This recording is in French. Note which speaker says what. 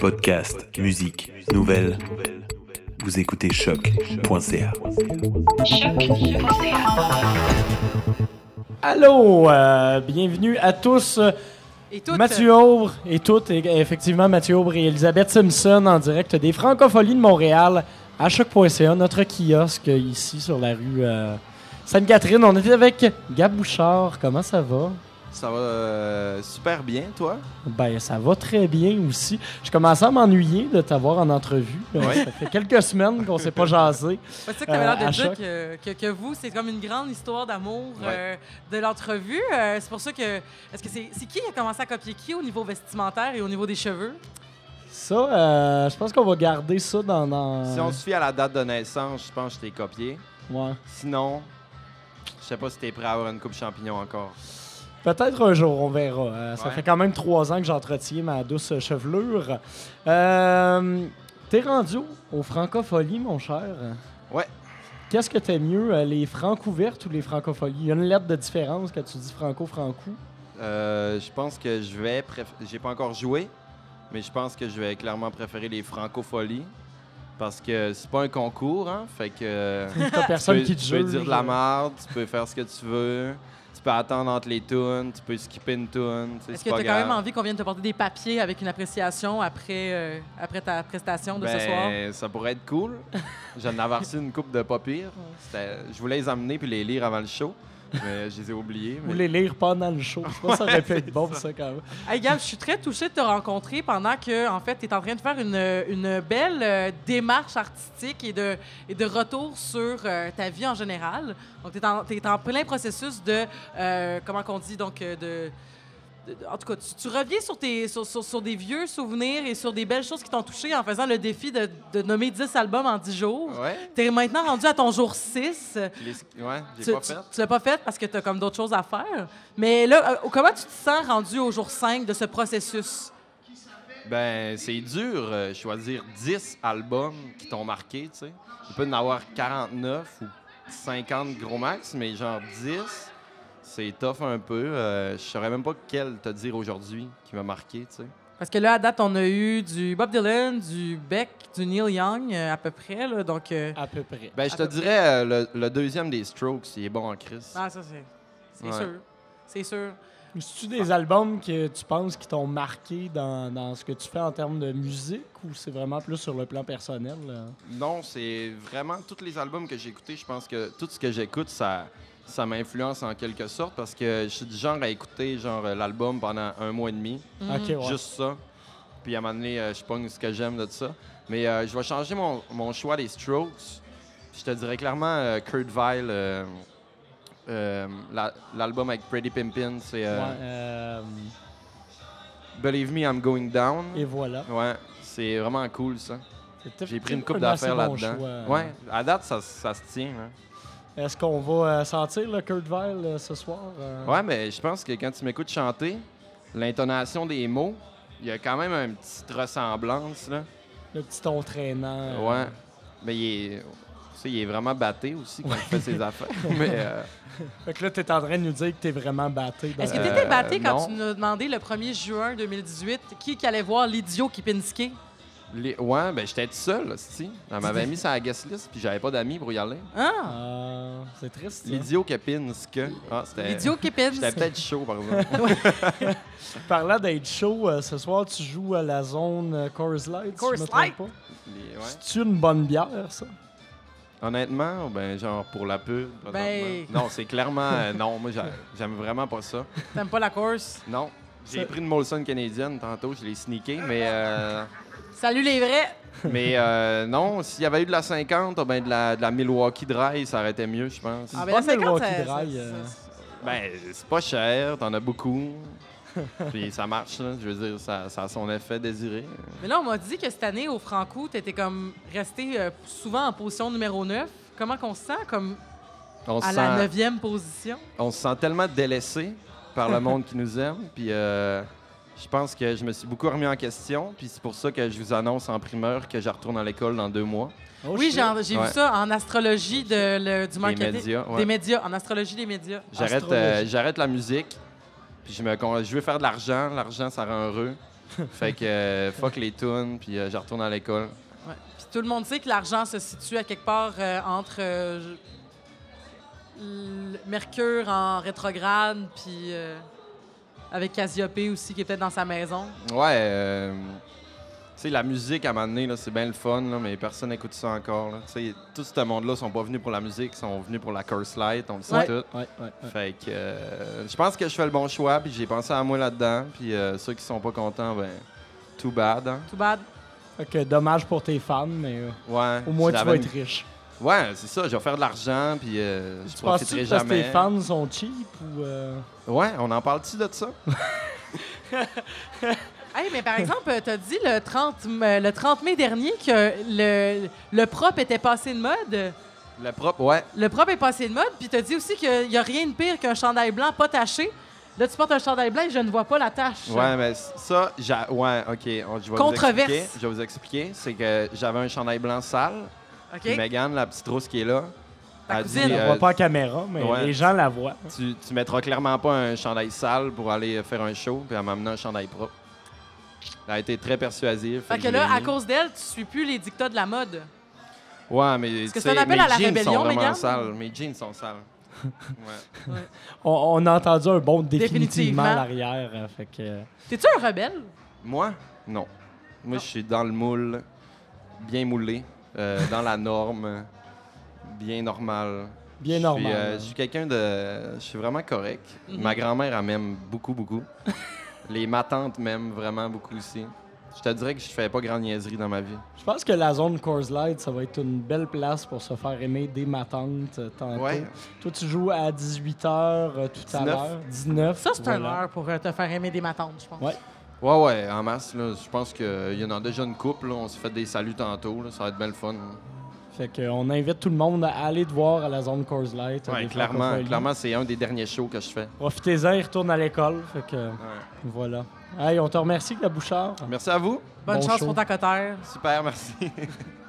Speaker 1: Podcast, musique, nouvelles. Vous écoutez choc.ca.
Speaker 2: Allô, euh, bienvenue à tous. euh,
Speaker 3: Et toutes,
Speaker 2: Mathieu Aubre et toutes, et- effectivement, Mathieu Aubre et Elisabeth Simpson en direct des Francopholies de Montréal à choc.ca, notre kiosque ici sur la rue euh, Sainte-Catherine. On était avec Gab Bouchard. Comment ça va?
Speaker 4: Ça va euh, super bien, toi?
Speaker 2: Ben, ça va très bien aussi. Je commençais à m'ennuyer de t'avoir en entrevue. là.
Speaker 4: Ouais.
Speaker 2: Ça fait quelques semaines qu'on s'est pas jasé.
Speaker 3: C'est ça que tu avais l'air
Speaker 2: Euh, à
Speaker 3: de dire
Speaker 2: choc.
Speaker 3: que, que, que vous, c'est comme une grande histoire d'amour
Speaker 4: Ouais.
Speaker 3: euh, de l'entrevue. Euh, c'est pour ça que. Est-ce que c'est c'est qui qui a commencé à copier qui au niveau vestimentaire et au niveau des cheveux?
Speaker 2: Ça, euh, je pense qu'on va garder ça dans... dans-
Speaker 4: Si on se fie à la date de naissance, je pense que je t'ai copié.
Speaker 2: Ouais.
Speaker 4: Sinon, je sais pas si t'es prêt à avoir une coupe champignon encore.
Speaker 2: Peut-être un jour, on verra. Euh, Ça
Speaker 4: Ouais.
Speaker 2: fait quand même trois ans que j'entretiens ma douce chevelure. Euh, T'es rendu aux francopholies, mon cher.
Speaker 4: Ouais.
Speaker 2: Qu'est-ce que t'aimes mieux, euh, les francs ouvertes ou les francopholies? Il y a une lettre de différence quand tu dis franco-franco.
Speaker 4: Euh, je pense que je vais. préf- J'ai pas encore joué, mais je pense que je vais clairement préférer les francopholies. Parce que c'est pas un concours, hein? Fait que. euh,
Speaker 2: T'as
Speaker 4: tu peux,
Speaker 2: personne qui te
Speaker 4: tu peux
Speaker 2: juge.
Speaker 4: dire de la merde, tu peux faire ce que tu veux, tu peux attendre entre les tunes, tu peux skipper une tune. tu sais,
Speaker 3: Est-ce
Speaker 4: c'est
Speaker 3: que tu
Speaker 4: pas
Speaker 3: as quand même
Speaker 4: grave.
Speaker 3: envie qu'on vienne te porter des papiers avec une appréciation après, euh, après ta prestation de
Speaker 4: ben,
Speaker 3: ce soir?
Speaker 4: Ça pourrait être cool. J'en avais reçu une coupe de pas pire. C'était- Je voulais les emmener puis les lire avant le show, mais je les ai oubliés.
Speaker 2: Ou les
Speaker 4: mais-
Speaker 2: lire pendant le show. Je pense que ça aurait pu être bon pour ça quand même.
Speaker 3: Hey Gab, je suis très touchée de te rencontrer pendant que, en fait, tu es en train de faire une, une belle euh, démarche artistique et de, et de retour sur euh, ta vie en général. Donc, tu es, en plein processus de, euh, comment qu'on dit, donc, euh, de... de- En tout cas, tu, tu reviens sur, tes, sur, sur- sur des vieux souvenirs et sur des belles choses qui t'ont touché en faisant le défi de, de nommer 10 albums en 10 jours.
Speaker 4: Ouais,
Speaker 3: Tu es maintenant rendu à ton jour 6
Speaker 4: je les- ouais,
Speaker 3: tu,
Speaker 4: j'ai pas
Speaker 3: tu-
Speaker 4: fait.
Speaker 3: tu l'as pas fait parce que tu as comme d'autres choses à faire. Mais là, euh, comment tu te sens rendu au jour 5 de ce processus?
Speaker 4: Ben, c'est dur euh, choisir 10 albums qui t'ont marqué, tu sais. Il peut y en avoir 49 ou 50 gros max, mais genre 10, c'est tough un peu. Euh, je saurais même pas quel te dire aujourd'hui qui m'a marqué, tu sais.
Speaker 3: Parce que là, à date, on a eu du Bob Dylan, du Beck, du Neil Young, euh, à peu près. Là, donc, euh,
Speaker 2: À peu près.
Speaker 4: Ben, je te dirais euh, le, le deuxième des Strokes, il est bon en crise.
Speaker 3: ah, ça, c'est, c'est
Speaker 4: Ouais.
Speaker 3: sûr. C'est sûr.
Speaker 2: Ben, C'est-tu des albums que tu penses qui t'ont marqué dans, dans ce que tu fais en termes de musique ou c'est vraiment plus sur le plan personnel? là?
Speaker 4: Non, c'est vraiment tous les albums que j'ai écoutés. Je pense que tout ce que j'écoute, ça, ça m'influence en quelque sorte parce que je suis du genre à écouter genre euh, l'album pendant un mois et demi,
Speaker 2: Ok, ouais.
Speaker 4: juste ça. Puis à un moment donné, euh, je pogne ce que j'aime de tout ça. Mais euh, je vais changer mon, mon choix des Strokes. Je te dirais clairement euh, Kurt Vile, euh, euh, la- l'album avec Pretty Pimpin, c'est euh,
Speaker 2: Ouais, euh,
Speaker 4: Believe Me, I'm Going Down.
Speaker 2: et voilà.
Speaker 4: Ouais, c'est vraiment cool ça.
Speaker 2: C'était-
Speaker 4: J'ai pris une coupe
Speaker 2: un
Speaker 4: d'affaires
Speaker 2: assez bon
Speaker 4: là-dedans.
Speaker 2: Ah, choix. euh.
Speaker 4: ouais, à date, ça, ça se tient. hein.
Speaker 2: Est-ce qu'on va euh, sentir le Kurt Vile euh, ce soir? euh?
Speaker 4: Ouais, mais je pense que quand tu m'écoutes chanter, l'intonation des mots, il y a quand même une petite ressemblance, là.
Speaker 2: Le petit ton traînant. euh.
Speaker 4: Ouais. Mais il est, tu sais, il est vraiment batté aussi quand il fait ses affaires. Mais euh,
Speaker 2: Fait que là, t'es en train de nous dire que t'es vraiment batté. dans-
Speaker 3: Est-ce que
Speaker 4: Euh,
Speaker 3: tu étais batté quand
Speaker 4: non.
Speaker 3: tu nous as demandé le 1er juin 2018 qui, qui allait voir l'idiot qui pinskiait?
Speaker 4: les- ouais, ben j'étais tout seul, si. Elle m'avait mis sur la guest list, puis j'avais pas d'amis pour y aller.
Speaker 3: Hein?
Speaker 2: Ah, c'est triste. ça.
Speaker 4: L'idiot que Pinsk. Ah, c'était.
Speaker 3: L'idiot qui pinse.
Speaker 4: J'étais peut-être chaud, par exemple.
Speaker 2: Parlant d'être chaud, euh, ce soir, tu joues à la zone euh, Coors Light.
Speaker 3: Coors
Speaker 2: si je me trompe
Speaker 3: Light.
Speaker 2: pas.
Speaker 4: Les- ouais.
Speaker 2: C'est-tu une bonne bière, ça?
Speaker 4: Honnêtement, ben genre pour la pub. présentement.
Speaker 3: Ben-
Speaker 4: Non, c'est clairement. euh, non, moi j'a- j'aime vraiment pas ça.
Speaker 3: T'aimes pas la course?
Speaker 4: Non. J'ai
Speaker 2: Ça-
Speaker 4: pris une Molson canadienne tantôt, je l'ai sneaké, mais, euh,
Speaker 3: Salut les vrais!
Speaker 4: mais euh, non, s'il y avait eu de la 50, ben de la, de la Milwaukee Dry, ça aurait été mieux, je pense.
Speaker 2: Une
Speaker 3: Ah, ben la
Speaker 2: bonne
Speaker 3: 50,
Speaker 2: Milwaukee
Speaker 3: ça-
Speaker 2: Dry,
Speaker 3: ça-
Speaker 2: euh.
Speaker 3: ça-
Speaker 4: Ben, c'est pas cher, t'en as beaucoup. Puis ça marche, là. je veux dire, ça, ça a son effet désiré.
Speaker 3: Mais là, on m'a dit que cette année, au Franco, tu étais comme resté euh, souvent en position numéro 9. Comment qu'on se sent comme
Speaker 4: On se
Speaker 3: à la
Speaker 4: sent,
Speaker 3: neuvième position?
Speaker 4: on se sent tellement délaissé par le monde qui nous aime. Puis euh, je pense que je me suis beaucoup remis en question. Puis c'est pour ça que je vous annonce en primeur que je retourne à l'école dans deux mois.
Speaker 2: Oh,
Speaker 3: Oui,
Speaker 2: shit.
Speaker 3: j'ai j'ai vu
Speaker 4: Ouais.
Speaker 3: ça en astrologie de, le- du marketing.
Speaker 4: médias, ouais.
Speaker 3: Des médias, en astrologie des médias.
Speaker 4: J'arrête
Speaker 2: Astrologie.
Speaker 4: euh, j'arrête la musique. Puis je me con- je veux faire de l'argent, l'argent ça rend heureux. Fait que euh, fuck les tunes, puis euh, je retourne à l'école.
Speaker 3: Ouais. Puis tout le monde sait que l'argent se situe à quelque part euh, entre euh, je- l- Mercure en rétrograde, puis euh, avec Cassiopée aussi, qui est peut-être dans sa maison.
Speaker 4: Ouais, euh, tu sais, la musique à un moment donné, là, c'est bien le fun, là, mais personne n'écoute ça encore. là. Tu sais, tout ce monde-là sont pas venus pour la musique, ils sont venus pour la curse light, on le sait
Speaker 3: Ouais.
Speaker 4: tout.
Speaker 2: Ouais, ouais, ouais.
Speaker 4: Fait que euh, je pense que je fais le bon choix, puis j'ai pensé à moi là-dedans, puis euh, ceux qui sont pas contents, ben, too bad. hein.
Speaker 3: Tout bad.
Speaker 2: Fait que dommage pour tes fans, mais euh,
Speaker 4: Ouais,
Speaker 2: au moins tu
Speaker 4: je
Speaker 2: vas
Speaker 4: l'avais-
Speaker 2: être riche.
Speaker 4: Ouais, c'est ça, je vais faire de l'argent, puis euh, je
Speaker 2: Tu penses-tu
Speaker 4: profiterai
Speaker 2: que parce que tes
Speaker 4: jamais.
Speaker 2: fans sont cheap ou. euh,
Speaker 4: Ouais, on en parle-tu de ça?
Speaker 3: Hey, mais par exemple, tu as dit le 30, mai- le 30 mai dernier que le, le propre était passé de mode.
Speaker 4: Le propre, ouais.
Speaker 3: Le propre est passé de mode, puis tu as dit aussi qu'il n'y a rien de pire qu'un chandail blanc pas taché. Là, tu portes un chandail blanc et je ne vois pas la tache.
Speaker 4: Ouais, mais ça, j'a- ouais, ok, on- je vais
Speaker 3: Controverse.
Speaker 4: vous expliquer. Je vais vous expliquer. C'est que j'avais un chandail blanc sale.
Speaker 3: OK?
Speaker 4: Puis Megan, la petite rousse qui est là,
Speaker 3: Ta
Speaker 4: a
Speaker 3: cousine.
Speaker 4: dit
Speaker 2: on la
Speaker 4: euh,
Speaker 2: voit pas à caméra, mais
Speaker 4: ouais.
Speaker 2: les gens la voient.
Speaker 4: tu, tu mettras clairement pas un chandail sale pour aller euh, faire un show, puis elle m'a amené un chandail propre. Elle a été très persuasive.
Speaker 3: Fait que
Speaker 4: je
Speaker 3: là,
Speaker 4: l'ai
Speaker 3: à
Speaker 4: mis.
Speaker 3: cause d'elle, tu suis plus les dictats de la mode.
Speaker 4: Ouais, mais. Est-ce
Speaker 3: que c'est un appel à la rébellion,
Speaker 4: Mes jeans sont
Speaker 3: Megan?
Speaker 4: vraiment sales. Mes jeans sont sales. Ouais.
Speaker 2: On, on a entendu un bond
Speaker 3: Définitivement.
Speaker 2: définitivement à l'arrière. euh, Fait que. euh,
Speaker 3: T'es-tu un rebelle?
Speaker 4: Moi, non. Moi, je suis dans le moule, bien moulé, euh, dans la norme, bien normal.
Speaker 2: Bien
Speaker 4: Je suis,
Speaker 2: normal,
Speaker 4: euh,
Speaker 2: hein.
Speaker 4: je suis quelqu'un de. Je suis vraiment correct.
Speaker 3: Mhm.
Speaker 4: Ma grand-mère, elle m'aime beaucoup, beaucoup. Les ma tante m'aiment vraiment beaucoup aussi. Je te dirais que je fais pas grand niaiserie dans ma vie.
Speaker 2: Je pense que la zone Coors Light, ça va être une belle place pour se faire aimer dès ma tante euh, tantôt.
Speaker 4: Ouais.
Speaker 2: Toi, tu joues à 18h tout à
Speaker 4: 19.
Speaker 2: l'heure. 19.
Speaker 3: Ça, c'est un
Speaker 2: voilà.
Speaker 3: leurre pour euh, te faire aimer des matantes, je pense.
Speaker 2: Ouais.
Speaker 4: Ouais, ouais, en masse, là. Je pense qu'il y en a déjà une couple, là. On s'est fait des saluts tantôt, là. Ça va être belle fun.
Speaker 2: Fait qu'on invite tout le monde à aller te voir à la zone Coors Light. euh,
Speaker 4: Ouais,
Speaker 2: des
Speaker 4: clairement.
Speaker 2: francophonies.
Speaker 4: Clairement, c'est un des derniers shows que je fais.
Speaker 2: Profitez-en, ils retournent à l'école. Fait que voilà. Hey, on te remercie, Gabouchard.
Speaker 4: Merci à vous.
Speaker 3: Bonne
Speaker 2: Bon
Speaker 3: chance
Speaker 2: show.
Speaker 3: pour ta cotère.
Speaker 4: Super, merci.